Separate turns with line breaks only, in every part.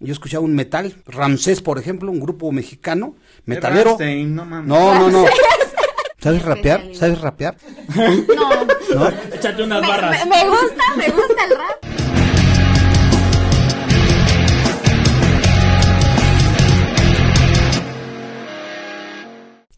Yo escuchaba un metal, Ramsés, por ejemplo, un grupo mexicano, metalero.
Rammstein, no mames.
No, no, no. ¿Sabes rapear? ¿Sabes rapear?
No,
¿No?
Échate unas
me,
barras.
me- me gusta, me gusta el rap.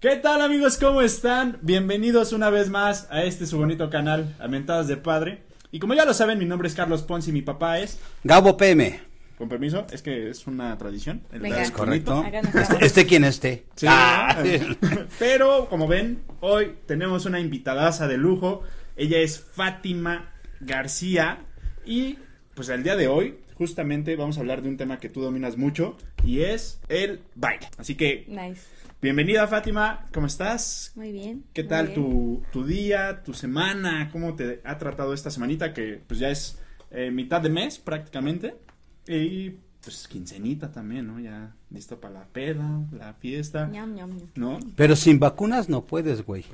¿Qué tal amigos? ¿Cómo están? Bienvenidos una vez más a este su bonito canal, Amentadas de Padre. Y como ya lo saben, mi nombre es Carlos Ponce y mi papá es,
Gabo PM.
con permiso, es que es una tradición. el
Venga.
dar
Es
el
Correcto.
tonito.
Háganos
Este,
favor.
este quién este.
Sí.
Ah.
Pero como ven, hoy tenemos una invitadaza de lujo. Ella es Fátima García y pues al día de hoy justamente vamos a hablar de un tema que tú dominas mucho y es el baile. Así que
Nice.
bienvenida Fátima, ¿cómo estás?
Muy bien.
¿Qué
muy
tal
bien.
tu, tu día, tu semana? ¿Cómo te ha tratado esta semanita? Que pues ya es eh, mitad de mes prácticamente. Y pues quincenita también, ¿no? Ya listo para la peda, la fiesta.
Ñam, ñam, ñam.
¿No?
Pero sin vacunas no puedes, güey.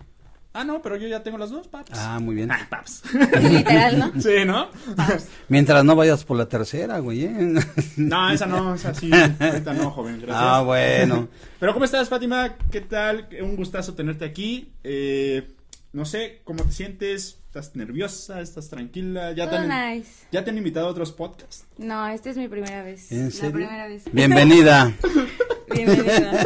Ah, no, pero yo ya tengo las dos, paps.
Ah, muy bien.
Ah, paps.
Literal, ¿no?
sí, ¿no?
Mientras no vayas por la tercera, güey. ¿eh?
No, esa no, esa sí. Ahorita no, joven, gracias.
Ah, bueno.
Pero ¿cómo estás, Fátima? ¿Qué tal? Un gustazo tenerte aquí. Eh, no sé, ¿cómo te sientes? ¿Estás nerviosa? ¿Estás tranquila? ¿Ya te,
Todo
han,
nice.
ya te han invitado a otros podcasts?
No, esta es mi primera vez.
¿En serio?
La primera vez.
Bienvenida.
Bienvenida.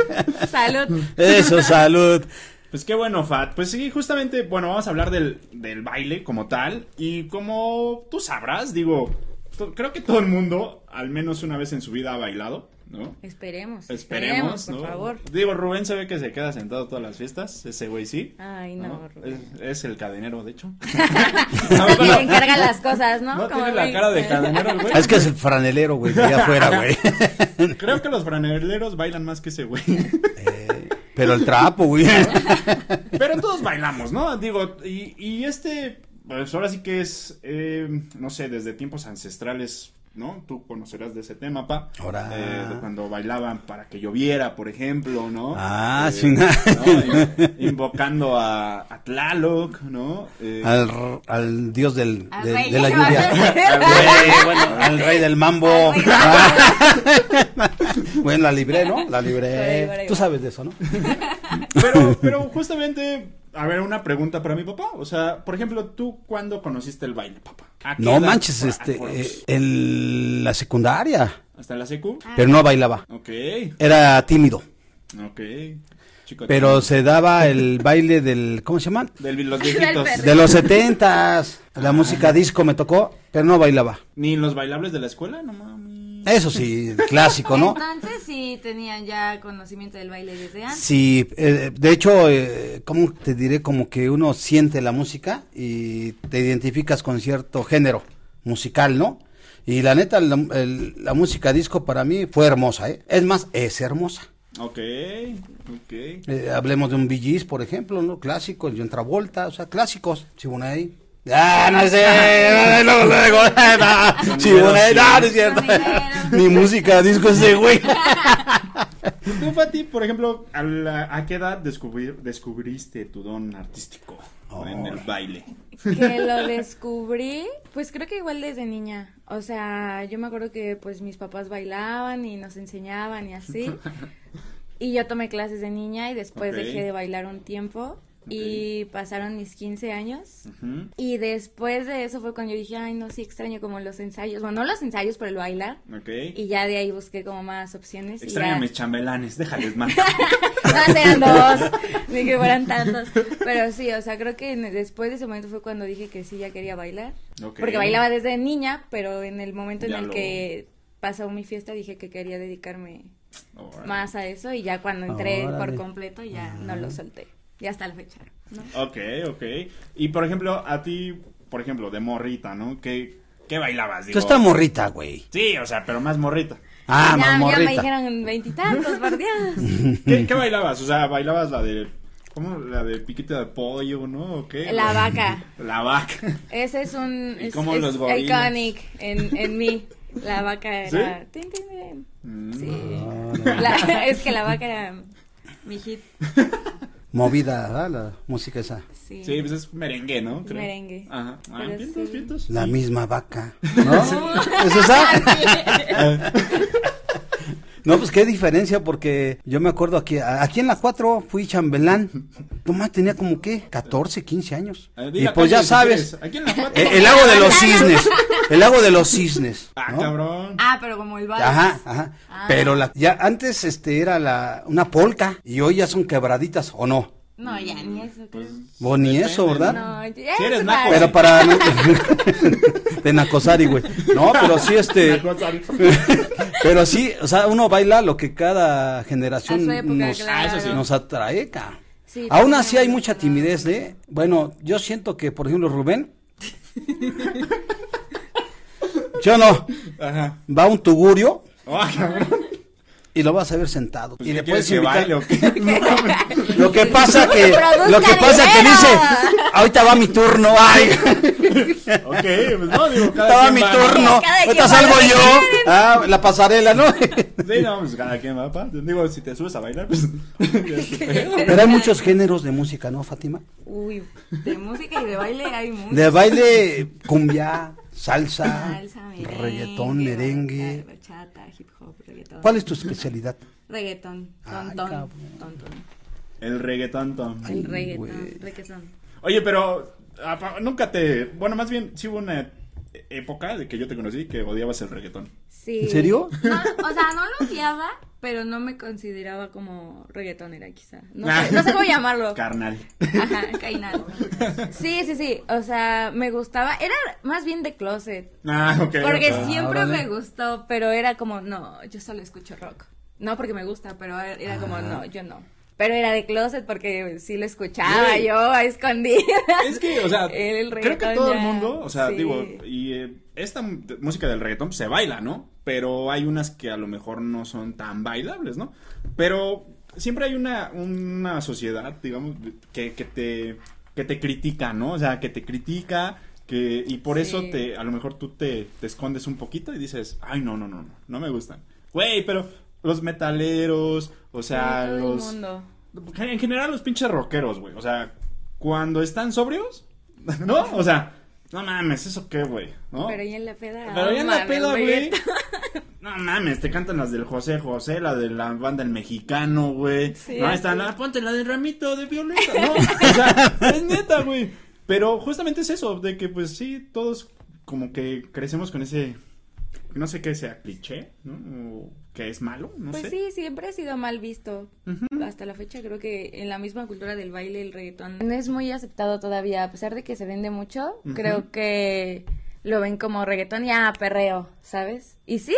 Salud.
Eso, salud.
Pues qué bueno, Fat. Pues sí, justamente, bueno, vamos a hablar del, del baile como tal. Y como tú sabrás, digo, to- creo que todo el mundo al menos una vez en su vida ha bailado, ¿no?
Esperemos.
Esperemos,
por
¿no?
favor.
Digo, Rubén se ve que se queda sentado todas las fiestas, ese güey sí.
Ay,
¿no?
no, Rubén.
Es, es el cadenero, de hecho.
El que encarga las cosas, ¿no?
No
Como
tiene la
Luis.
cara de cadenero, el güey.
Es que es el franelero, güey, de allá afuera, güey.
Creo que los franeleros bailan más que ese güey.
Eh, pero el trapo, güey.
Pero todos bailamos, ¿no? Digo, y, y este, pues ahora sí que es, eh, no sé, desde tiempos ancestrales, ¿no? Tú conocerás de ese tema, pa.
Ahora.
Eh, de cuando bailaban para que lloviera, por ejemplo, ¿no?
Ah,
Eh,
sí, na-
¿no? In- Invocando a, a Tlaloc, ¿no? Eh,
Al, r- al dios del,
Al
de,
rey.
de la lluvia. Güey, bueno, al rey del mambo.
Al rey.
Ah. bueno, la libré, ¿no? La
Por ahí, por
libré.
ahí
Tú
va.
sabes de eso, ¿no?
Pero, pero justamente, a ver, una pregunta para mi papá. O sea, por ejemplo, ¿tú cuándo conociste el baile, papá? ¿A qué
No
edad?
manches,
¿A- a
este,
cuántos?
eh, en la secundaria,
¿Hasta la secu?
pero no bailaba.
Ok,
Era tímido,
ok. Chico,
pero
chico.
se daba el baile del, ¿cómo se llama?
Del- los viejitos.
perro.
De los setentas, la música disco me tocó, pero no bailaba.
Ni los bailables de la escuela, no mami.
Eso sí, clásico, ¿no?
Entonces sí tenían ya conocimiento del baile desde antes.
Sí, eh, de hecho, eh, ¿cómo te diré? Como que uno siente la música y te identificas con cierto género musical, ¿no? Y la neta, la, el- la música disco para mí fue hermosa, ¿eh? Es más, es hermosa.
Ok, ok.
Eh, hablemos de un Bee Gees, por ejemplo, ¿no? Clásico, el John Travolta, o sea, clásicos. Chibunay. Ah, no sé, luego, luego, no, Chibunay, no, no es cierto. Ni música disco ese güey.
Tú, Fati, por ejemplo, ¿a, la- a qué edad descubrir- descubriste tu don artístico
Oh.
en el baile?
que lo descubrí, pues creo que igual desde niña. O sea, yo me acuerdo que pues mis papás bailaban y nos enseñaban y así. Y yo tomé clases de niña y después
Ok.
dejé de bailar un tiempo y pasaron mis 15 años.
Ujú,
Y después de eso fue cuando yo dije, ay, no, sí extraño como los ensayos. Bueno, no los ensayos, pero el bailar.
Ok.
Y ya de ahí busqué como más opciones. y
Extraño
ya-
mis chambelanes, déjales más.
no, eran dos, ni que fueran tantos. Pero sí, o sea, creo que en- después de ese momento fue cuando dije que sí, ya quería bailar.
Ok.
Porque bailaba desde niña, pero en el momento
Ya
en el
lo-
que pasó mi fiesta dije que quería dedicarme
Alright.
más a eso y ya cuando entré por
Ah, Órale. Ah.
completo ya no lo solté. Ya hasta la fecha. ¿no?
Ok, ok. Y por ejemplo, a ti, por ejemplo, de morrita, ¿no? ¿Qué, qué bailabas?
Tú
Digo,
estás morrita, güey.
Sí, o sea, pero más morrita.
Ah,
ya,
más
ya me
morrita.
dijeron veintitantos, por Dios.
¿Qué, qué bailabas? O sea, bailabas la de. ¿Cómo? La de piquita de pollo, ¿no? ¿O qué?
La vaca.
La vaca.
Ese es un
¿Y
es,
cómo
es
los gorilas?
iconic en, en mí. La vaca
¿Sí?
era... tin, tin, tin.
Mm.
Sí.
Ah, Órale.
La- es que la vaca era mi hit.
Movida, ¿verdad? La música esa.
Sí.
Sí, pues es merengue, ¿no? Creo.
Merengue.
Ajá. Ah,
Pero
vientos,
sí.
vientos.
Ah,
La misma vaca, ¿no? ¿Es esa?
Sí.
No, pues qué diferencia, porque yo me acuerdo aquí, a- aquí en la 4 fui chambelán. Tomás tenía como que 14, 15 años.
Ah, A ver,
y
diga,
pues ya
Carlos, si
sabes,
quieres. Aquí en la cuatro.
eh, el lago de los cisnes. El lago de los cisnes.
Ah,
¿no?
cabrón.
Ah, pero como el vals.
Ajá, ajá.
Ah.
Pero la, ya antes este era la, una polca y hoy ya son quebraditas, ¿o no?
No, ya ni eso. creo.
Vos ni
Pues, Depende,
eso, ¿verdad?
No, ya
Si
es
eres naco,
Pero para... de Nacosari, güey. No, pero sí este... pero sí, o sea, uno baila lo que cada
A
generación
su época,
nos,
claro.
Ah, eso sí.
nos atrae, ca.
Sí,
Aún
tenemos
así hay
que
mucha
hablar.
timidez, ¿eh? Bueno, yo siento que, por ejemplo, Rubén... yo no.
Ajá.
Va un tugurio
Ah, cabrón.
y lo vas a ver sentado.
Pues,
y
¿qué
le puedes
quieres que
invitar...
baile o qué? No mames.
Lo que pasa que,
Produzca
lo que pasa que
dinero.
dice, ahorita va mi turno, ay,
Ok, pues no, digo, cada
ahorita va
quien
mi
va,
turno,
Cada quien
ahorita
va
salgo
lo que
yo, ah, la pasarela, ¿no?
¿no? Sí, no, pues cada quien va, pa. Digo, si te subes a bailar, pues. ya es tu pedo.
Pero hay muchos géneros de música, ¿no, Fátima?
Uy, de música y de baile hay mucho.
De baile, cumbia, salsa,
Salsa, merengue,
reggaetón, merengue.
Bachata, hip hop, reggaetón.
¿Cuál es tu especialidad?
Reggaetón,
Ay,
tontón,
cabrón.
tontón.
El reggaetón, Tom.
Ay,
El reggaetón,
güey.
reggaetón.
Oye, pero ¿a pa- nunca te. Bueno, más bien, sí hubo una e- época de que yo te conocí que odiabas el reggaetón.
Sí.
¿En serio?
No, o sea, no lo odiaba, pero no me consideraba como reggaetonera, quizá. No
Ah.
sé, no sé cómo llamarlo.
Carnal.
Ajá, Cainal. Sí, sí, sí. O sea, me gustaba. Era más bien de closet.
Ah, ok.
Porque
ok.
siempre
órale.
me gustó, pero era como, no, yo solo escucho rock. No porque me gusta, pero era como, no, yo no. Pero era de closet porque sí lo escuchaba
Güey.
yo a escondidas.
Es que, o sea,
El
creo que
reggaetón
todo el
ya,
mundo, o sea,
sí.
digo, y eh, esta m- t- música del reggaetón pues, se baila, ¿no? Pero hay unas que a lo mejor no son tan bailables, ¿no? Pero siempre hay una, una sociedad, digamos, que, que te, que te critica, ¿no? O sea, que te critica, que, y por eso
Sí.
te, a lo mejor tú te, te escondes un poquito y dices, ay, no, no, no, no, no me gustan. Güey, pero los metaleros, o sea,
Sí, todo el
los...
mundo.
En general, los pinches rockeros, güey. O sea, cuando están sobrios, ¿no? O sea, no mames, ¿eso qué, güey? ¿No?
Pero ya en la peda.
Pero ya en la
aman el
peda, güey.
reggaetón.
No mames, te cantan las del José José, la de la banda El Mexicano, güey.
Sí,
no, están,
sí.
ah, ponte la del ramito de Violeta, ¿no? O sea, es neta, güey. Pero justamente es eso, de que pues sí, todos como que crecemos con ese, no sé qué sea, cliché, ¿no? O que es malo, no
Pues
sé.
sí, siempre ha sido mal visto.
Ujú.
Hasta la fecha creo que en la misma cultura del baile el reggaetón no es muy aceptado todavía, a pesar de que se vende mucho,
Ujú.
creo que lo ven como reggaetón y ah, perreo, ¿sabes? Y sí,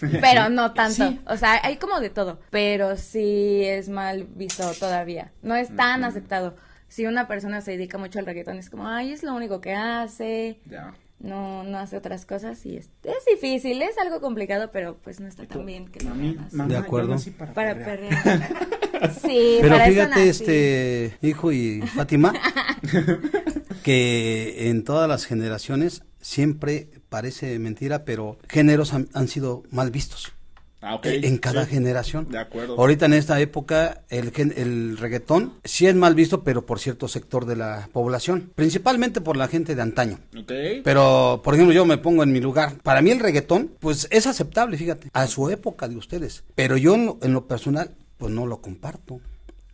pero no tanto.
Sí.
O sea, hay como de todo, pero sí es mal visto todavía. No es tan aceptado. Si una persona se dedica mucho al reggaetón es como, ay, es lo único que hace,
Ya.
no no hace otras cosas y es, es difícil, es algo complicado, pero pues no está tan bien que lo
Mami,
hagas.
mamá,
De
yo
acuerdo.
nací para
Para
perrear.
perrear. Sí,
Pero
para eso
fíjate,
nací.
este, hijo y Fátima, que en todas las generaciones siempre parece mentira, pero géneros han- han sido mal vistos.
Ah, ok.
en cada
Sí.
generación.
De acuerdo.
Ahorita en esta época el, gen- el reggaetón sí es mal visto, pero por cierto sector de la población, principalmente por la gente de antaño.
Ok.
Pero, por ejemplo, yo me pongo en mi lugar. Para mí el reggaetón, pues es aceptable, fíjate, a su época de ustedes. Pero yo en lo, en lo personal, pues no lo comparto.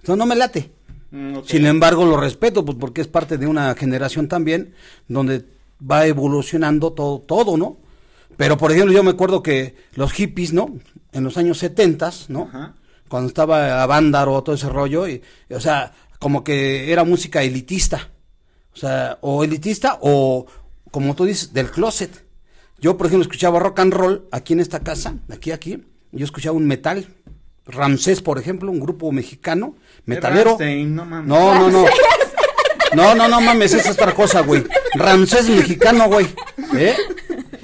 No, no me late.
Mm, ok.
Sin em- embargo, lo respeto, pues porque es parte de una generación también donde va evolucionando todo, todo, ¿no? Pero, por ejemplo, yo me acuerdo que los hippies, ¿no? En los años 70, ¿no?
Ajá.
Cuando estaba Avándaro, todo ese rollo, y, y, o sea, como que era música elitista. O sea, o elitista o, como tú dices, del closet. Yo, por ejemplo, escuchaba rock and roll aquí en esta casa, de aquí a aquí. Yo escuchaba un metal. Ramsés, por ejemplo, un grupo mexicano, metalero.
Rammstein, no mames.
No, no, no. No, no, no mames, esa es otra cosa, güey. Ramsés mexicano, güey. ¿Eh?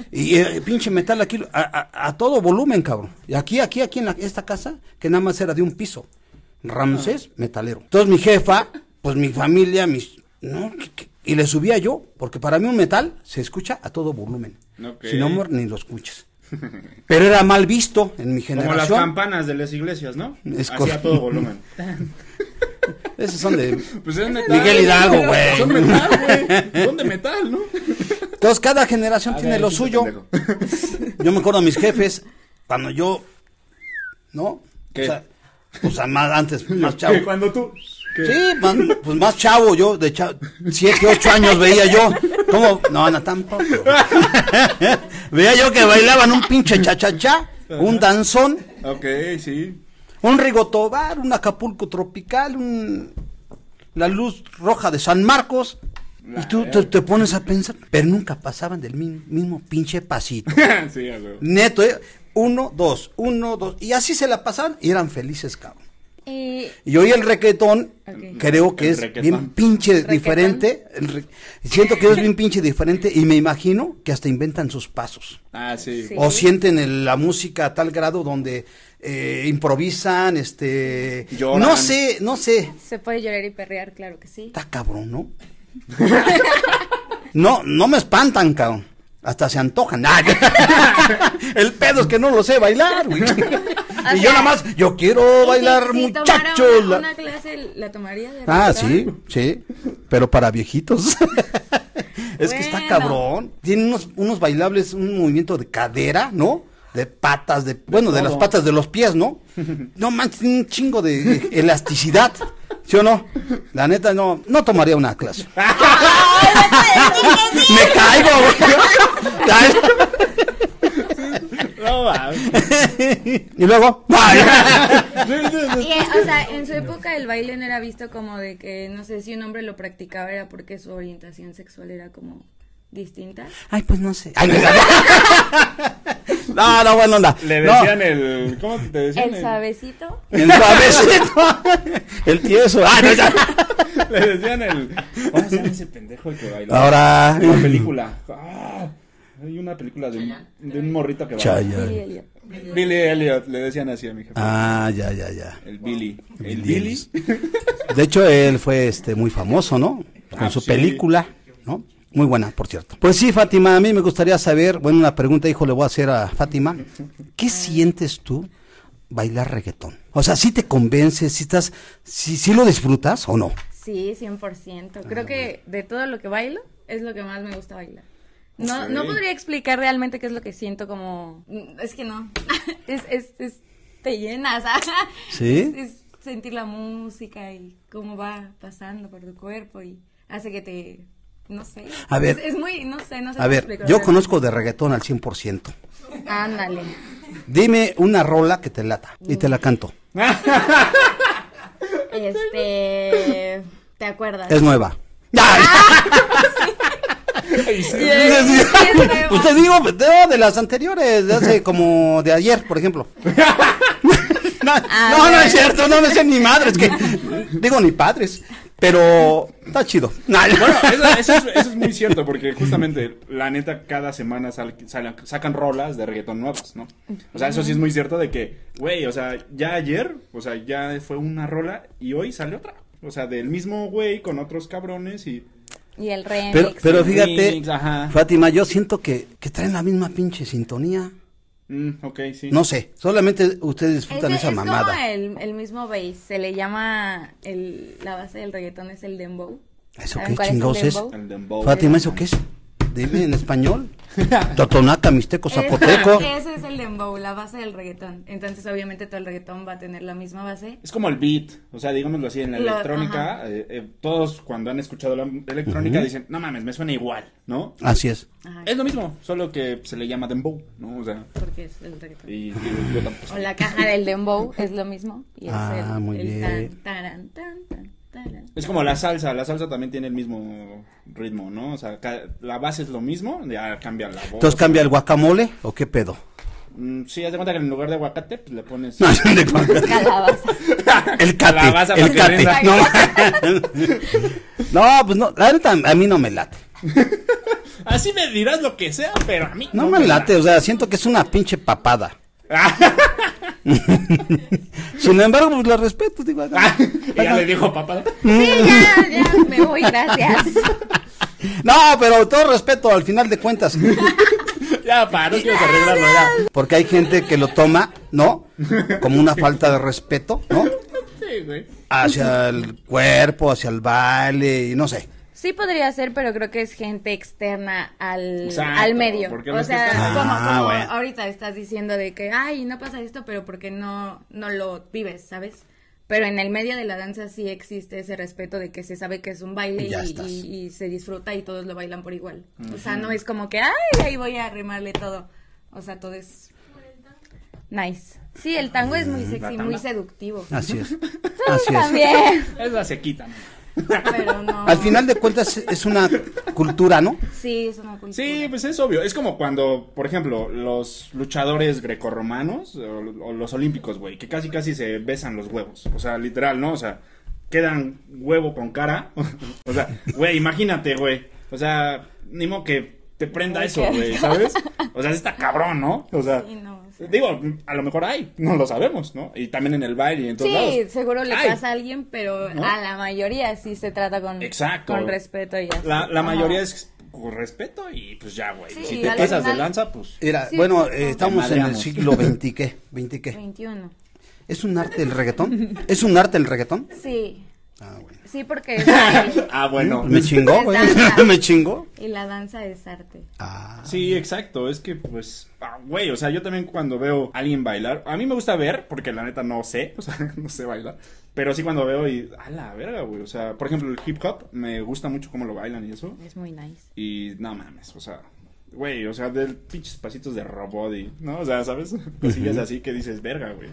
Y eh, pinche metal aquí a, a- a todo volumen, cabrón. Y aquí, aquí, aquí en la- esta casa, que nada más era de un piso. Ramsés metalero. Entonces mi jefa, pues mi familia, mis. ¿no? ¿Qué- qué? Y le subía yo, porque para mí un metal se escucha a todo volumen.
Ok.
Si no, amor, ni lo escuchas. Pero era mal visto en mi
Como las
generación.
campanas de las iglesias, ¿no?
Es
Así
cor-
a todo volumen.
Esos son de
Pues es metal.
Miguel Hidalgo, güey.
Son metal, güey. Son de metal, ¿no?
Entonces cada generación tiene lo suyo. Yo me acuerdo a mis jefes, cuando yo ¿no?
¿Qué?
O sea, pues a más, antes, más chavo.
Que cuando tú. que-
Sí, más- pues más chavo yo, de chavo, siete, ocho años veía yo. ¿Cómo? No, no, tampoco. veía yo que bailaban un pinche cha-cha-cha, un danzón,
Ok, sí.
un rigotobar, un Acapulco tropical, un... la luz roja de San Marcos. Y tú te, te pones a pensar, pero nunca pasaban del mi- mismo pinche pasito.
sí, a huevo.
Neto, ¿eh? uno, dos, uno, dos. Y así se la pasaban y eran felices, cabrón.
Y
Y hoy el reggaetón
Ok.
creo que
El
es
requetón.
bien pinche
¿Requetón?
diferente. el re- Siento que es bien pinche diferente y me imagino que hasta inventan sus pasos.
Ah, sí.
Sí.
O sienten el- la música a tal grado donde eh, improvisan, este...
Lloran.
No sé, no sé.
se puede llorar y perrear, claro que sí.
Está cabrón, ¿no? no, no me espantan, cabrón. Hasta se antojan. Ah, el pedo es que no lo sé bailar, güey. y yo
sea,
nada más, yo quiero
Y si-
bailar,
si tomara
muchachos.
Una,
la-
una clase la tomaría de
Ah,
reggaetón?
sí, sí, pero para viejitos. es que está
Bueno.
cabrón. Tiene unos, unos bailables, un movimiento de cadera, ¿no? De patas, de, bueno, de, las
todo.
patas de los pies, ¿no? No manches, tiene un chingo de, de elasticidad, ¿sí o no? La neta, no, no tomaría una clase. Me caigo, güey. Ay.
No, va. Sí,
y luego, ay.
sí, sí.
Y, eh, o sea, en su época el baile no era visto como de que, no sé, si un hombre lo practicaba era porque su orientación sexual era como distinta.
Ay, pues no sé. Ay, no, no, no, buena onda.
Le
No.
decían el. ¿Cómo te decían?
El sabecito.
El suavecito. El tieso. Ah, no, ya.
Le decían el. ¿Cómo se llama ese pendejo el que bailaba?
Ahora.
Una película. Ah, hay una película de, un- de un morrito que baila.
Chayanne.
Billy Elliot.
Billy Elliot, le decían así a mi jefe.
Ah, ya, ya, ya.
El Billy. El Billy.
Billy De hecho, él fue este muy famoso, ¿no? Con
Ah,
su
sí.
película, ¿no? Muy buena, por cierto. Pues sí, Fátima, a mí me gustaría saber, bueno, una pregunta, hijo, le voy a hacer a Fátima. ¿Qué sientes tú bailar reggaetón? O sea, ¿sí te convences? ¿Sí, estás, sí, sí lo disfrutas o no?
Sí, 100%.
Ah,
Creo que de todo lo que bailo es lo que más me gusta bailar. No,
Ok.
no podría explicar realmente qué es lo que siento como... mm, Es que no. es, es, es- te llenas.
¿Sí?
Es, es sentir la música y cómo va pasando por tu cuerpo y hace que te... No sé.
A ver.
Es, es muy... No sé, no sé.
A
cómo
ver,
explicarlo.
yo conozco de reggaetón al 100%.
Ándale.
Dime una rola que te lata y te la canto.
Este... ¿Te acuerdas?
Es nueva.
Sí, sí, sí, es nueva.
Usted pues digo no, de las anteriores, de hace como de ayer, por ejemplo. No,
A
no, no
ver.
es cierto, no me sé ni madres, que digo ni padres, pero está chido. No,
Bueno, eso, eso es, eso es muy cierto, porque justamente, la neta, cada semana sal- sal- sacan rolas de reggaetón nuevas, ¿no? O sea, eso sí es muy cierto de que, güey, o sea, ya ayer, o sea, ya fue una rola y hoy sale otra. O sea, del mismo güey con otros cabrones y...
Y el remix.
Pero, pero fíjate,
Remix, ajá.
Fátima, yo siento que, que traen la misma pinche sintonía.
Mm, ok, sí.
No sé, solamente ustedes
Es,
disfrutan esa
es
mamada.
como el, el mismo bass, se le llama, el, la base del reggaetón es el dembow.
¿Eso
¿Saben
qué
cuál es el
chingados es?
dembow?
El dembow.
Fátima, ¿eso qué es? Dime en español. Totonaca, mixteco,
Ese-
zapoteco.
Ese es el dembow, la base del reggaetón. Entonces, obviamente, todo el reggaetón va a tener la misma base.
Es como el beat, o sea, digámoslo así, en la
Lo-
electrónica,
ajá.
eh, eh, todos cuando han escuchado la electrónica dicen, no mames, me suena igual, ¿no?
Así es.
Ajá,
Es lo mismo, solo que se le llama dembow, ¿no? O sea,
porque es el reggaetón.
y, y yo tampoco.
O la caja del dembow es lo mismo. Y es
Ah,
el,
muy
el
bien.
tan, taran, tan, tan, taran.
Es como la salsa, la salsa también tiene el mismo ritmo, ¿no? O sea, ca- la base es lo mismo, ya cambia la voz.
Entonces cambia el guacamole o qué pedo.
Mm, sí, haz de cuenta que en lugar de aguacate, pues le pones...
No, es un de guacamole.
Calabaza.
el cate,
Calabaza
el
para que
cate. No, no, pues no, la neta, a mí no me late.
Así me dirás lo que sea, pero a mí...
No, me late, o sea, siento que es una pinche papada. Sin embargo, pues la respeto, digo. ah,
Y ya le dijo papá.
Sí, ya, ya, me voy, gracias.
No, pero todo respeto al final de cuentas.
Ya, para, no quieres arreglarlo ya.
Porque hay gente que lo toma, ¿no? Como una falta de respeto, ¿no?
Sí, güey.
Hacia el cuerpo, hacia el baile y no sé.
Sí podría ser, pero creo que es gente externa al,
Exacto,
al medio.
porque
O
los que
sea,
están ahí-
como,
Ah,
como
bueno.
ahorita estás diciendo de que, ay, no pasa esto, pero porque no, no lo vives, ¿sabes? Pero en el medio de la danza sí existe ese respeto de que se sabe que es un baile
Y ya
y,
estás.
y- y se disfruta y todos lo bailan por igual. O sea, no es como que, ay, ahí voy a arrimarle todo. O sea, todo es nice. Sí, el tango es muy sexy,
tanda.
muy seductivo.
Así es. Así es.
También.
Es la sequita. ¿no?
Pero no.
Al final de cuentas es una cultura, ¿no?
Sí, es una cultura.
Sí, pues es obvio. Es como cuando, por ejemplo, los luchadores grecorromanos o, o los olímpicos, güey, que casi casi se besan los huevos. O sea, literal, ¿no? O sea, quedan huevo con cara. o sea, güey, imagínate, güey. O sea, ni modo que te prenda
Ay,
eso,
qué
güey,
rico.
¿sabes? O sea, está cabrón, ¿no? O sea,
Sí, no, o sea.
digo, a lo mejor hay, no lo sabemos, ¿no? Y también en el baile y en todos lados.
Sí, seguro le
Hay.
pasa a alguien, pero
¿No?
a la mayoría sí se trata con,
Exacto.
con respeto y así.
La, la
Ajá.
mayoría es con respeto y pues ya, güey.
Sí,
si te
al
pasas de
final-
lanza, pues...
Era,
Sí,
bueno,
sí,
eh,
no.
estamos en el
Madreamos.
siglo XX, ¿qué? ¿20 qué?
21.
¿Es un arte el reggaetón? ¿Es un arte el reggaetón?
Sí,
Ah, bueno.
sí, porque es arte.
ah, bueno.
Me chingó, güey.
Exacto.
Me chingó.
y la danza es arte.
Ah.
Sí, exacto. Es que, pues, ah, güey, o sea, yo también cuando veo a alguien bailar, a mí me gusta ver, porque la neta no sé, o sea, no sé bailar. Pero sí cuando veo y, a la verga, güey. O sea, por ejemplo, el hip hop, me gusta mucho cómo lo bailan y eso.
Es muy nice.
Y no mames, o sea, güey, o sea, de pinches pasitos de robot y, ¿no? O sea, ¿sabes? Cosillas así que dices, verga, güey.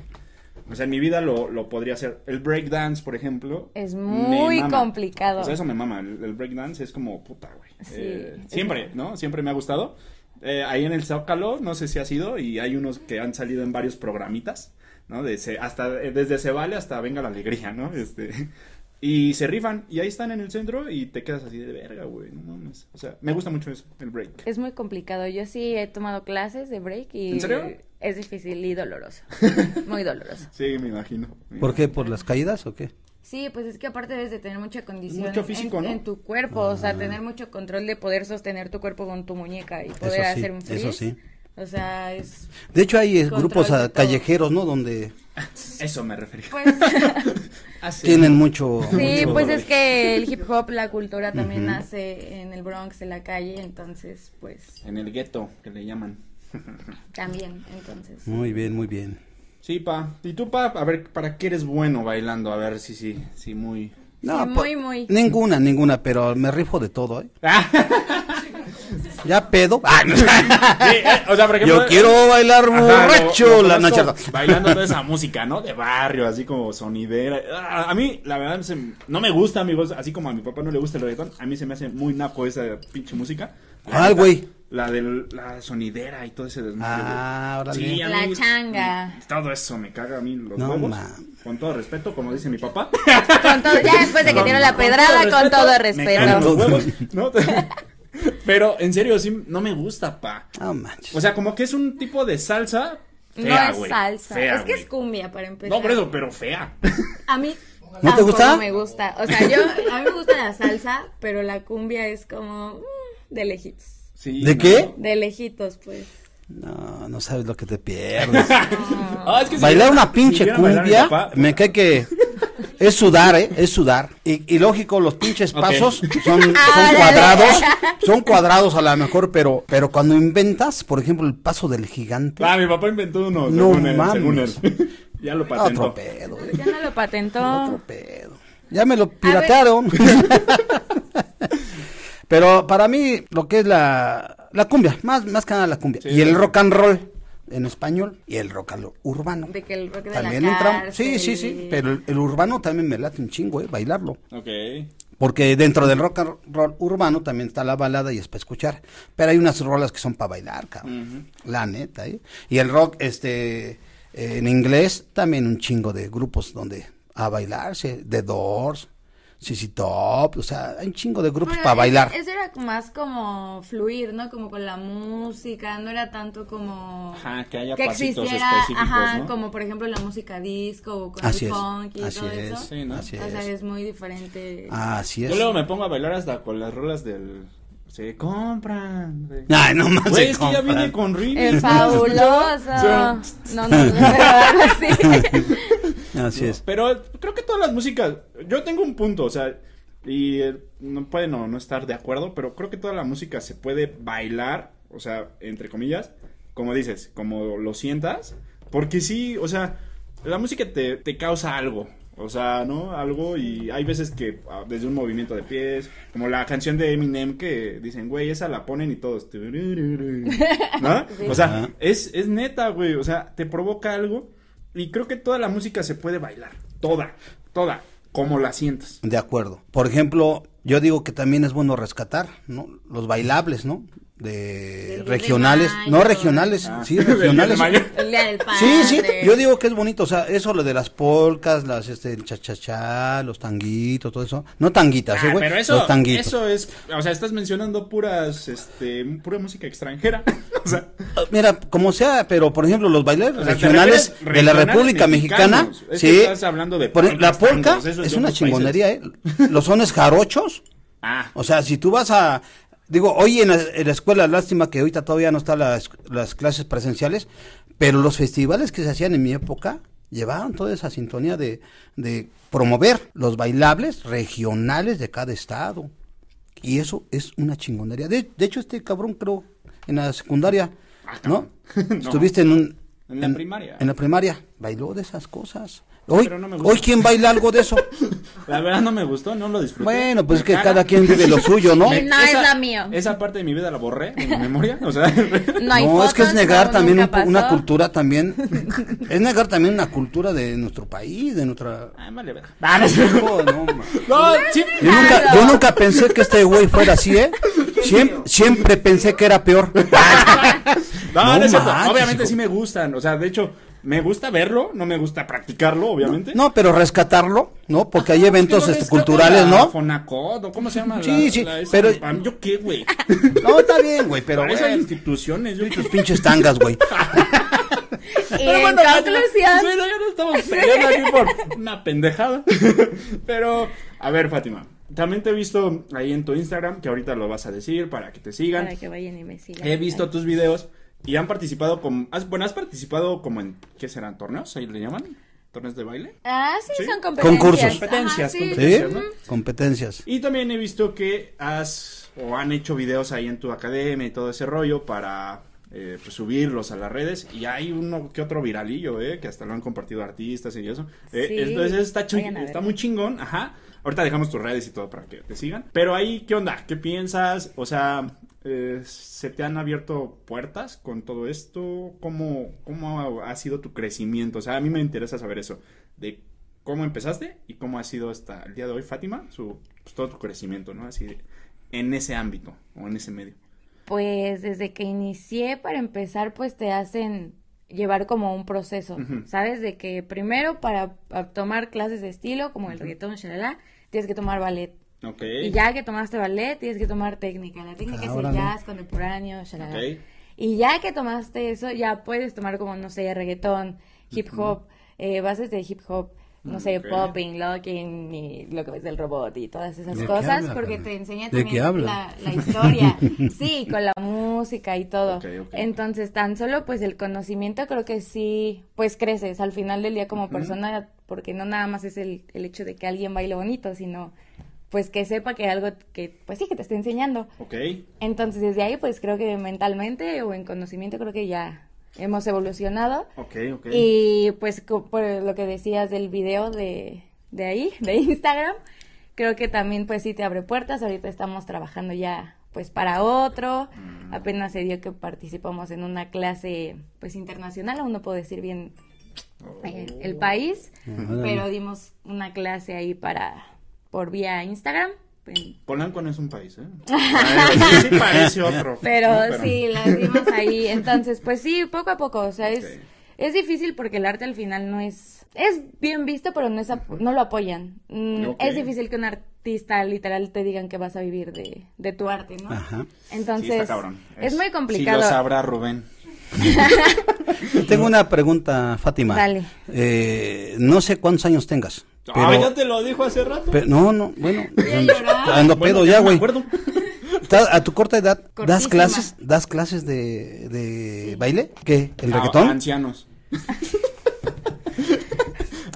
O sea, en mi vida lo, lo podría hacer. El breakdance, por ejemplo.
Es
me
muy
mama.
complicado.
O sea, eso me mama. El, el breakdance es como puta, güey.
Sí.
Eh, siempre, ¿no? Siempre me ha gustado. Eh, ahí en el Zócalo, no sé si ha sido, y hay unos que han salido en varios programitas, ¿no? De Se- hasta, eh, desde Se Vale hasta Venga la Alegría, ¿no? Este, y se rifan, y ahí están en el centro y te quedas así de verga, güey, no mames. O sea, me gusta mucho eso, el break.
Es muy complicado. Yo sí he tomado clases de break y
¿En serio?
es difícil y doloroso. muy doloroso.
Sí, me imagino. me
¿Por qué?
imagino.
¿Por las caídas o qué?
Sí, pues es que aparte debes de tener mucha condición
Mucho físico,
en,
¿no?
en tu cuerpo, o sea, tener mucho control de poder sostener tu cuerpo con tu muñeca y poder
Eso sí,
hacer un
eso
freeze.
sí.
O sea, es
De hecho hay eh,
Control
grupos
de
ah,
todo.
callejeros, ¿no? Donde
Eso me refería. Ah,
pues
Así.
tienen mucho...
Sí,
mucho-
pues es que el hip hop, la cultura también nace en el Bronx, en la calle, entonces pues
En el gueto, que le llaman.
también, entonces.
Muy bien, muy bien.
Sí, pa. ¿Y tú, pa? A ver, ¿para qué eres bueno bailando? A ver, sí, sí, sí, muy...
No,
Sí,
po-
muy, muy.
Ninguna, ninguna, pero me rifo de todo, ¿eh? Ya pedo. Ah, no.
Sí, eh, o sea, por ejemplo,
Yo quiero bailar
Ajá,
borracho.
lo- lo
la no,
conozco
cierto.
Bailando toda esa música, ¿no? De barrio, así como sonidera. Ah, A mí, la verdad, se- no me gusta, amigos. Así como a mi papá no le gusta el reggaetón, a mí se me hace muy naco esa pinche música. La
¿Cuál,
neta,
güey?
La de la sonidera y todo ese desmadre.
Ah, órale.
güey. a
La changa.
Todo eso me caga a mí los
No,
huevos.
ma.
Con todo respeto, como dice mi papá.
Con todo- ya después de que
No,
tiro
no.
la pedrada, con todo respeto.
Me cagan los
Todo.
huevos, ¿no? Pero, en serio, sí, no me gusta, pa.
No manches.
O sea, como que es un tipo de salsa fea,
no es
güey.
salsa,
Fea,
es que
güey.
es cumbia para empezar.
No, por eso, pero fea.
A mí
te
tampoco
gusta?
me gusta. O sea, yo a mí me gusta la salsa, pero la cumbia es como mm, de lejitos.
Sí,
¿De
no.
qué?
De lejitos, pues.
No, no sabes lo que te pierdes.
Ah, es que si-
Bailar una
si
pinche
vieran bailar a mi
cumbia,
papá,
me cae que es sudar, ¿eh? Es sudar. Y, y lógico, los pinches
Ok.
pasos son, son
Ah, la
cuadrados, son cuadrados a lo mejor, pero, pero cuando inventas, por ejemplo, el paso del gigante,
Ah, mi papá inventó uno,
No
según él,
mames.
según él. ya lo patentó.
otro pedo, ¿eh?
Ya no lo patentó.
otro pedo. Ya me lo piratearon. pero para mí, lo que es la, la cumbia, más, más que nada la cumbia.
Sí,
y el
claro.
rock and roll en español y el rock and roll urbano.
De que el rock de
También
la
entramos. Sí,
cárcel
sí, sí. Pero el, el urbano también me late un chingo, ¿eh? Bailarlo.
Ok.
Porque dentro del rock and roll urbano también está la balada y es para escuchar. Pero hay unas rolas que son para bailar, cabrón. La neta, ¿eh? Y el rock, este, eh, en inglés, también un chingo de grupos donde a bailarse. The Doors, CC Top, o sea, hay un chingo de grupos
Pero
para
es-
bailar.
Eso era más como fluir, ¿no? Como con la música, no era tanto como...
Ajá, que haya
que
pasitos
existiera,
específicos,
ajá,
¿no?
como por ejemplo la música disco o con
Así
el
es,
funk y
así
todo
es,
eso.
Sí, ¿no?
así
o sea,
es. Ah,
es muy diferente.
Así
Yo
es.
luego me pongo a bailar hasta con las rolas del... Se compran. güey.
Ay, no más
Güey,
se
es que ya
compran.
viene con Rini.
El fabuloso.
Sí.
No, no, no, algo así.
Así es.
Pero creo que todas las músicas, yo tengo un punto, o sea, Y eh, no pueden no, no estar de acuerdo, pero creo que toda la música se puede bailar, o sea, entre comillas, como dices, como lo sientas. Porque sí, o sea, la música te, te causa algo. O sea, ¿no? Algo y hay veces que ah, desde un movimiento de pies, como la canción de Eminem que dicen, güey, esa la ponen y todos. turururu", ¿No?
Sí.
O sea,
Ajá.
es, es neta, güey. O sea, te provoca algo y creo que toda la música se puede bailar. Toda, toda, como la sientas.
De acuerdo. Por ejemplo, yo digo que también es bueno rescatar, ¿no? Los bailables, ¿no? De
Del
regionales,
Día de
no
Mayo.
regionales,
Ah.
sí, regionales.
El día del padre.
Sí, sí, yo digo que es bonito, o sea, eso lo de las polcas, las este el cha-cha-cha, los tanguitos, todo eso. No tanguitas, eh,
Ah,
güey,
pero eso,
los tanguitos.
eso es, o sea, estás mencionando puras, este, pura música extranjera. O sea,
Ah, Mira, como sea, pero por ejemplo, los bailes
o sea, te
regionales
refieres
de la
regionales
República Mexicana,
mexicanos. Es que
sí.
estás hablando de
Por ejemplo, la
polcas,
polca
tangos,
es,
eso de
una
otros países.
chingonería, ¿eh? Los sones jarochos,
Ah,
O sea, si tú vas a... Digo, hoy en la, en la escuela, lástima que ahorita todavía no están las, las clases presenciales, pero los festivales que se hacían en mi época llevaban toda esa sintonía de, de promover los bailables regionales de cada estado. Y eso es una chingonería. De, de hecho, este cabrón creo en la secundaria,
Ah,
¿no?
cabrón. No.
Estuviste en un...
En la primaria.
En la primaria. Bailó de esas cosas. Hoy,
Pero no me gusta.
hoy ¿quién baila algo de eso?
la verdad no me gustó, no lo disfruté.
bueno, pues
Me
es que
caga.
cada quien vive lo suyo, ¿no?
Me No, es la mía.
Esa parte de mi vida la borré de mi memoria, o sea,
No, hay
es que es
fotos,
negar
no,
también
nunca
un po- una
pasó.
cultura también, es negar también una cultura de nuestro país, de nuestra...
ay, vale, verga. Ah, no, sí.
Oh, no, ma.
No, sí.
yo, nunca, yo nunca pensé que este güey fuera así, ¿eh? Siem- siempre pensé que era peor.
No, no,
No
es cierto.
manches,
Obviamente
hijo.
sí me gustan, o sea, de hecho, me gusta verlo, no me gusta practicarlo, obviamente.
No, pero rescatarlo, ¿no? Porque
Ah,
hay eventos
Es que no
este,
rescatan
culturales,
la
¿no?
Fonacot, ¿o ¿cómo se llama?
Sí,
La-
sí,
la- esa-
pero-
pam, ¿Yo qué, güey?
No, está bien, güey, pero...
Para esas
güey,
instituciones, yo...
tus pinches tangas, güey.
Y
Pero
en
bueno,
conclusión,
sí, no, ya no estamos peleando aquí por una pendejada. Pero, a ver, Fátima, también te he visto ahí en tu Instagram, que ahorita lo vas a decir para que te sigan.
para que vayan y me sigan.
He visto tus videos y han participado con... has- bueno, has participado como en... ¿Qué serán? ¿Torneos? ¿Ahí le llaman? ¿Torneos de baile?
Ah, sí,
¿Sí?
son competencias.
Concursos.
Ajá,
Competencias,
sí.
competencias.
¿Sí?
¿no?
Competencias.
Y también he visto que has o han hecho videos ahí en tu academia y todo ese rollo para eh, pues, subirlos a las redes. Y hay uno que otro viralillo, ¿eh? Que hasta lo han compartido artistas y eso. Eh,
Sí,
Entonces está, chi-
vayan a
está
verlo.
muy chingón, ajá. Ahorita dejamos tus redes y todo para que te sigan. Pero ahí, ¿qué onda? ¿Qué piensas? O sea, eh, ¿se te han abierto puertas con todo esto? ¿Cómo, ¿Cómo ha sido tu crecimiento? O sea, a mí me interesa saber eso. De cómo empezaste y cómo ha sido hasta el día de hoy, Fátima, su, pues, todo tu crecimiento, ¿no? Así de- en ese ámbito o en ese medio.
Pues desde que inicié, para empezar, pues te hacen llevar como un proceso,
Ujú.
¿sabes? De que primero para, para tomar clases de estilo, como el reggaetón, shalala, tienes que tomar ballet.
Ok.
Y ya que tomaste ballet, tienes que tomar técnica. La técnica
Ah,
es el
órale.
jazz contemporáneo, shalala.
Ok.
Y ya que tomaste eso, ya puedes tomar como, no sé, reggaetón, hip hop, eh, bases de hip hop, no sé,
Ok.
popping, locking, y lo que ves del robot y todas esas
¿De qué
cosas,
habla,
porque
Carmen?
te enseña
¿De
también
qué habla?
La, la historia. sí, con la música y todo.
Ok, ok.
Entonces, tan solo pues el conocimiento creo que sí, pues creces al final del día como persona, porque no nada más es el, el hecho de que alguien baile bonito, sino pues que sepa que algo que, pues sí, que te está enseñando.
Ok.
Entonces, desde ahí, pues creo que mentalmente o en conocimiento, creo que ya hemos evolucionado.
Ok, ok.
Y pues, co- por lo que decías del video de, de ahí, de Instagram, creo que también, pues sí, te abre puertas. Ahorita estamos trabajando ya, pues, para otro. Apenas se dio que participamos en una clase, pues, internacional, aún no puedo decir bien eh, el país,
Órale.
pero dimos una clase ahí para, por vía Instagram. en-
Polanco no es un país, ¿eh? Sí, sí parece otro.
pero,
No,
sí, las vimos ahí. Entonces, pues sí, poco a poco. O sea, es,
Ok.
es difícil porque el arte al final no es. Es bien visto, pero no, es ap- no lo apoyan. Mm,
Ok.
Es difícil que un artista literal te digan que vas a vivir de, de tu arte, ¿no?
Ajá.
Sí,
Entonces,
está cabrón.
es, muy
Sí lo
complicado.
sabrá Rubén.
Tengo una pregunta, Fátima.
Dale.
Eh, no sé cuántos años tengas. pero-
Ah, ya te lo dijo hace rato.
Pe- no, no, bueno,
a llorar.
ando
Bueno,
pedo ya,
no me
güey.
acuerdo.
Ta- A tu corta edad, ¿das
Cortísima.
clases, das clases de, de baile? ¿Qué? ¿El
Ah,
reggaetón?
ancianos.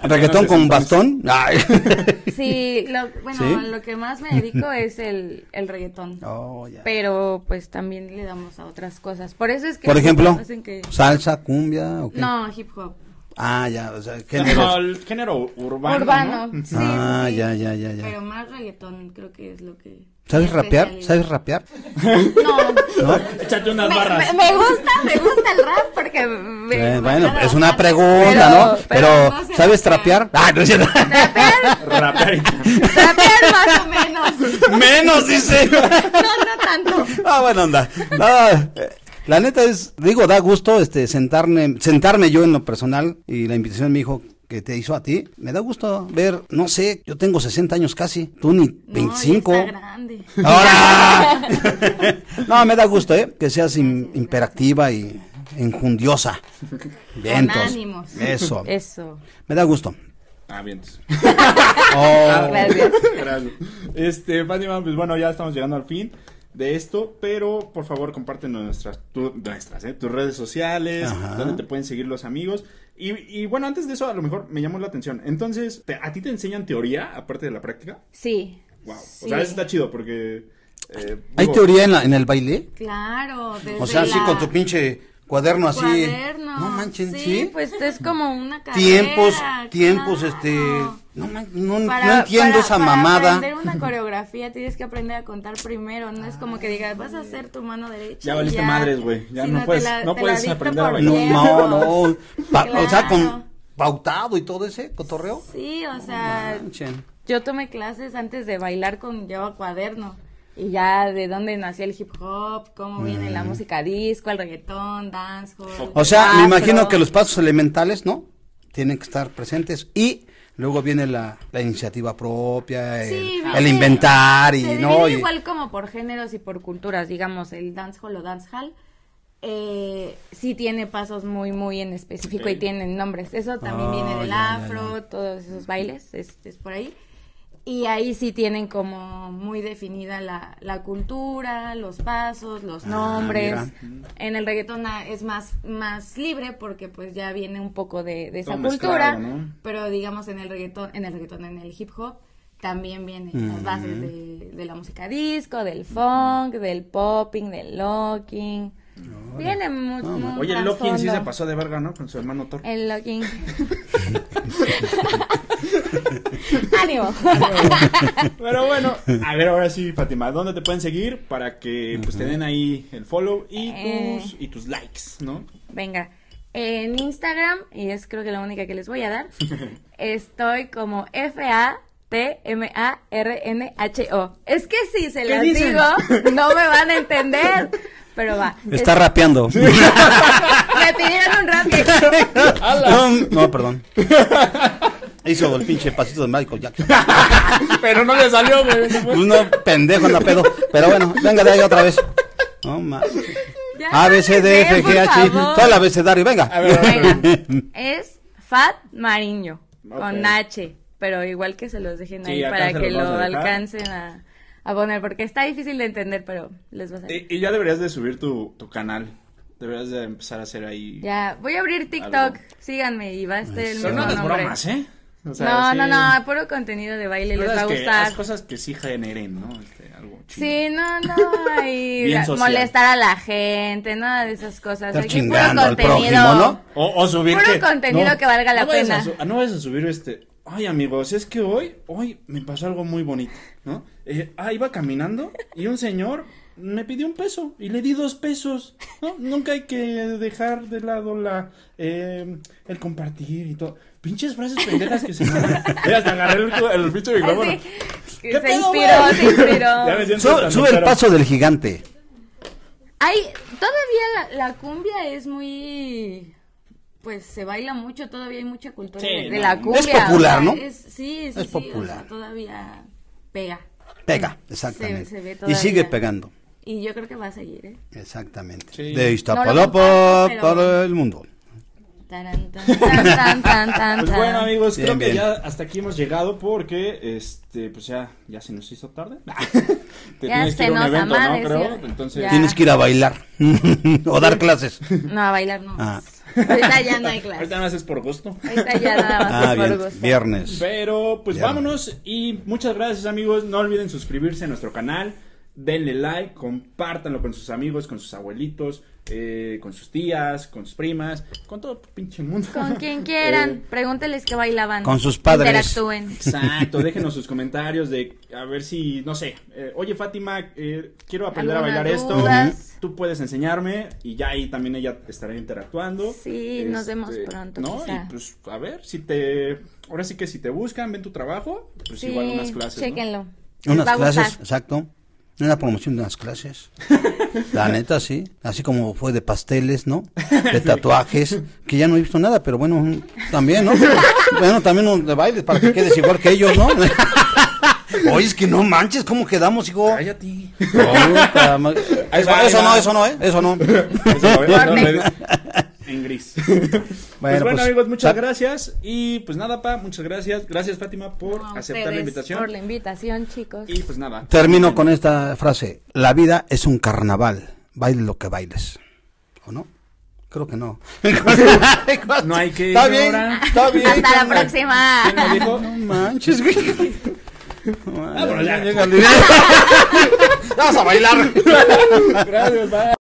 ¿Reggaetón
Apenas
con
es
bastón? Ay.
Sí, lo, bueno,
¿Sí?
lo que más me dedico es el, el reggaetón.
Oh, ya.
Pero pues también le damos a otras cosas. Por eso es que...
Por ejemplo,
hacen que-
salsa, cumbia o qué?
No, hip hop.
Ah, ya, o sea,
No,
géneros.
el género urbano.
Urbano.
¿no?
Sí,
ah,
sí, sí.
ya, ya, ya, ya.
Pero más reggaetón creo que es lo que...
¿Sabes
mi
rapear?
especialidad.
¿Sabes rapear?
No.
¿No?
Échate unas
Me,
barras.
me- me gusta, me gusta el rap porque... me-
Eh,
me
bueno,
agrada
es una
bastante,
pregunta, ¿no?
pero-
Pero,
no sé
¿sabes trapear? Ah, no es cierto.
Rapear y-
Trapear más o menos.
Menos, dice.
No, no tanto.
Ah, bueno, onda. No, eh, la neta es, digo, da gusto este sentarme, sentarme yo en lo personal y la invitación de mi hijo que te hizo a ti. Me da gusto ver, no sé, yo tengo 60 años casi, tú ni
No, ya
25.
está grande.
Ahora. no, me da gusto, ¿eh? Que seas im- imperactiva y enjundiosa. Vientos.
ánimos.
Eso.
Eso.
Me da gusto.
Ah, bien. entonces.
Oh.
Ah, Gracias.
Ah, Gracias. Este, Fátima, pues bueno, ya estamos llegando al fin de esto, pero por favor compártenos nuestras, tu- nuestras, ¿eh? tus redes sociales,
Ajá.
donde te pueden seguir los amigos. Y, y bueno, antes de eso, a lo mejor me llamó la atención. Entonces, ¿te- ¿a ti te enseñan teoría aparte de la práctica?
Sí.
Wow.
sí.
O sea, eso está chido porque... eh,
¿Hay
digo,
teoría en, la- en el baile?
Claro. desde
O sea, así
la-
con tu pinche cuaderno así.
cuadernos,
No manchen, sí.
pues es como una carrera.
tiempos, tiempos,
claro.
este. No, man- no,
Para-
no entiendo
para-
esa
para
mamada.
aprender una coreografía tienes que aprender a contar primero, no es como que digas, vas a hacer tu mano derecha.
Ya
y
valiste madres, güey, ya
Si
no
te
puedes-
la-
no
te
puedes
la dicto
aprender a
por
bailar.
No, no, no. Pa- O sea,
Claro.
con pautado y todo ese cotorreo.
Sí, o sea,
Manchen.
yo tomé clases antes de bailar con llevaba cuaderno. Y ya de dónde nació el hip hop, cómo viene la música disco, el reggaetón, dancehall.
Mm. O sea, me
afro.
imagino que los pasos elementales, ¿no? Tienen que estar presentes y luego viene la, la iniciativa propia, el,
Sí,
el
viene-
inventar y
se
no.
divide
Y,
igual como por géneros y por culturas, digamos, el dancehall o dancehall. Eh, sí tiene pasos muy muy en específico
Ok.
y tienen nombres eso también
Ah,
viene
ya,
del
ya,
afro todos esos bailes es, es por ahí y ahí sí tienen como muy definida la, la cultura los pasos los
Ah,
nombres
mira.
en el reggaetón ah, es más más libre porque pues ya viene un poco de, de esa
Todo
cultura
mezclado, ¿no?
pero digamos en el reggaetón, en el reggaetón, en el hip hop, también vienen las bases de, de la música disco, del funk, del popping, del locking. Viene mucho.
Oye, el Locking sí se pasó de verga, ¿no? Con su hermano Thor.
El locking. Ánimo.
Pero bueno, a ver ahora sí, Fátima, ¿dónde te pueden seguir para que pues te den ahí el follow y
Eh.
tus y tus likes, ¿no?
Venga. En Instagram, y es creo que la única que les voy a dar, estoy como FA. T-M-A-R-N-H-O. Es que si se las
dicen?
digo, no me van a entender. Pero va.
Está rapeando.
Me pidieron un rap que-
Um, no, perdón. Hizo el pinche pasito de Michael Jackson.
Pero no le salió, güey.
Uno pendejo, anda pedo. Pero bueno, venga de ahí otra vez. No más.
Ya,
A, B, C, D, F,
por
G, H, I.
favor.
Todo el abecedario,
A
venga.
ver, a ver, a ver.
Venga, es Fat Mariño
Ok.
con H, pero igual que se los dejen
Sí,
ahí
acá
para
se los
que lo
vamos a dejar.
alcancen a, a poner, porque está difícil de entender, pero les va a salir.
Y, y ya deberías de subir tu, tu canal. Deberías de empezar a hacer ahí.
Ya, voy a abrir TikTok,
Algo.
síganme y va a estar el
Eso.
Pero no
mismo
hagas
nombre.
bromas, ¿eh? O
no,
sí.
no, no, puro contenido de baile les va
Cosas
a
que-
gustar.
haz cosas que sí generen, ¿no? Este, algo chido.
Sí, no, no, y
Bien
la-
social.
molestar a la gente, nada de esas cosas.
Estás
Aquí puro
chingando al
contenido.
prójimo, ¿no?
O, o subir
Puro
que-
contenido que valga la
vayas a
pena.
su- ah, no vayas a subir este. Ay, amigos, es que hoy, hoy me pasó algo muy bonito, ¿no? Eh, ah, iba caminando y un señor me pidió un peso y le di dos pesos, ¿no? Nunca hay que dejar de lado la, eh, el compartir y todo. Pinches frases pendejas que se me... Ya hasta agarré el, el pinche micrófono.
Así, que
¿Qué
se
pedo, güey?
inspiró, se inspiró.
Ya me siento
Su-
tan
sube el
entero.
paso del gigante.
Hay, todavía la, la cumbia es muy, pues se baila mucho, todavía hay mucha cultura
Sí,
de, de
no,
la
es
cumbia.
popular, ¿no?
es- sí, sí,
Es
sí,
popular.
o sea, todavía pega.
Pega, exactamente.
Se- se ve
y
todavía.
sigue pegando.
Y yo creo que va a seguir, ¿eh?
Exactamente.
Sí.
De
No lo
Iztapalapa
comparto, pero-
para el mundo.
Taran, tan, tan, tan, tan, tan,
Pues bueno,
tan.
amigos,
Bien,
creo que
bien.
ya hasta aquí hemos llegado porque, este, pues ya, ya se nos hizo tarde. Te
Ya
tienes que
se
ir a un
nos
evento, ¿no?
amaneció.
Creo. Entonces,
Ya.
Tienes que ir a bailar o dar clases.
No, a bailar no.
Ah,
Ahorita ya no hay
Ahorita
clase.
nada más es por gusto.
Ahorita ya nada más
Ah,
es por
bien,
gusto.
viernes.
Pero pues
Ya.
vámonos y muchas gracias amigos. No olviden suscribirse a nuestro canal, denle like, compártanlo con sus amigos, con sus abuelitos, eh, con sus tías, con sus primas, con todo pinche mundo.
Con quien quieran,
Eh,
pregúnteles que bailaban.
Con sus padres.
Interactúen.
Exacto, déjenos sus comentarios de a ver si, no sé, eh, oye Fátima, eh, quiero aprender a
¿Alguna
bailar esto,
dudas?
tú puedes enseñarme y ya ahí también ella estará interactuando. Este,
Sí, nos vemos pronto,
¿no?
quizá.
Y pues a ver, si te, ahora sí que si te buscan, ven tu trabajo, pues
Sí,
igual unas clases. ¿no?
chéquenlo. Les va
Unas
a
clases,
gustar.
exacto. Una promoción de unas clases. La neta, sí. Así como fue de pasteles, ¿no? De tatuajes, que ya no he visto nada, pero bueno, también, ¿no? Bueno, también un de bailes para que quedes igual que ellos, ¿no? Oye, es que no manches, ¿cómo quedamos, hijo?
Cállate.
Puta madre.
Ahí
Eso,
va, ahí
eso no,
va.
eso no, ¿eh? Eso no.
Eso lo veo,
Warning.
¿no? En gris. Bueno, pues bueno
pues,
amigos, muchas
sa-
gracias. Y pues nada, pa, muchas gracias. Gracias Fátima por
No, a
aceptar la
ustedes
invitación.
Por la invitación, chicos.
Y pues nada.
Termino con esta frase. La vida es un carnaval. Baile lo que bailes. ¿O no? Creo que no.
No hay que
Está
ir
bien,
ahora.
está bien.
Hasta la
carnal.
próxima.
¿Quién lo dijo?
No manches, güey.
pero Ah, ya.
Llega el dinero. Vamos a bailar.
Gracias, bye.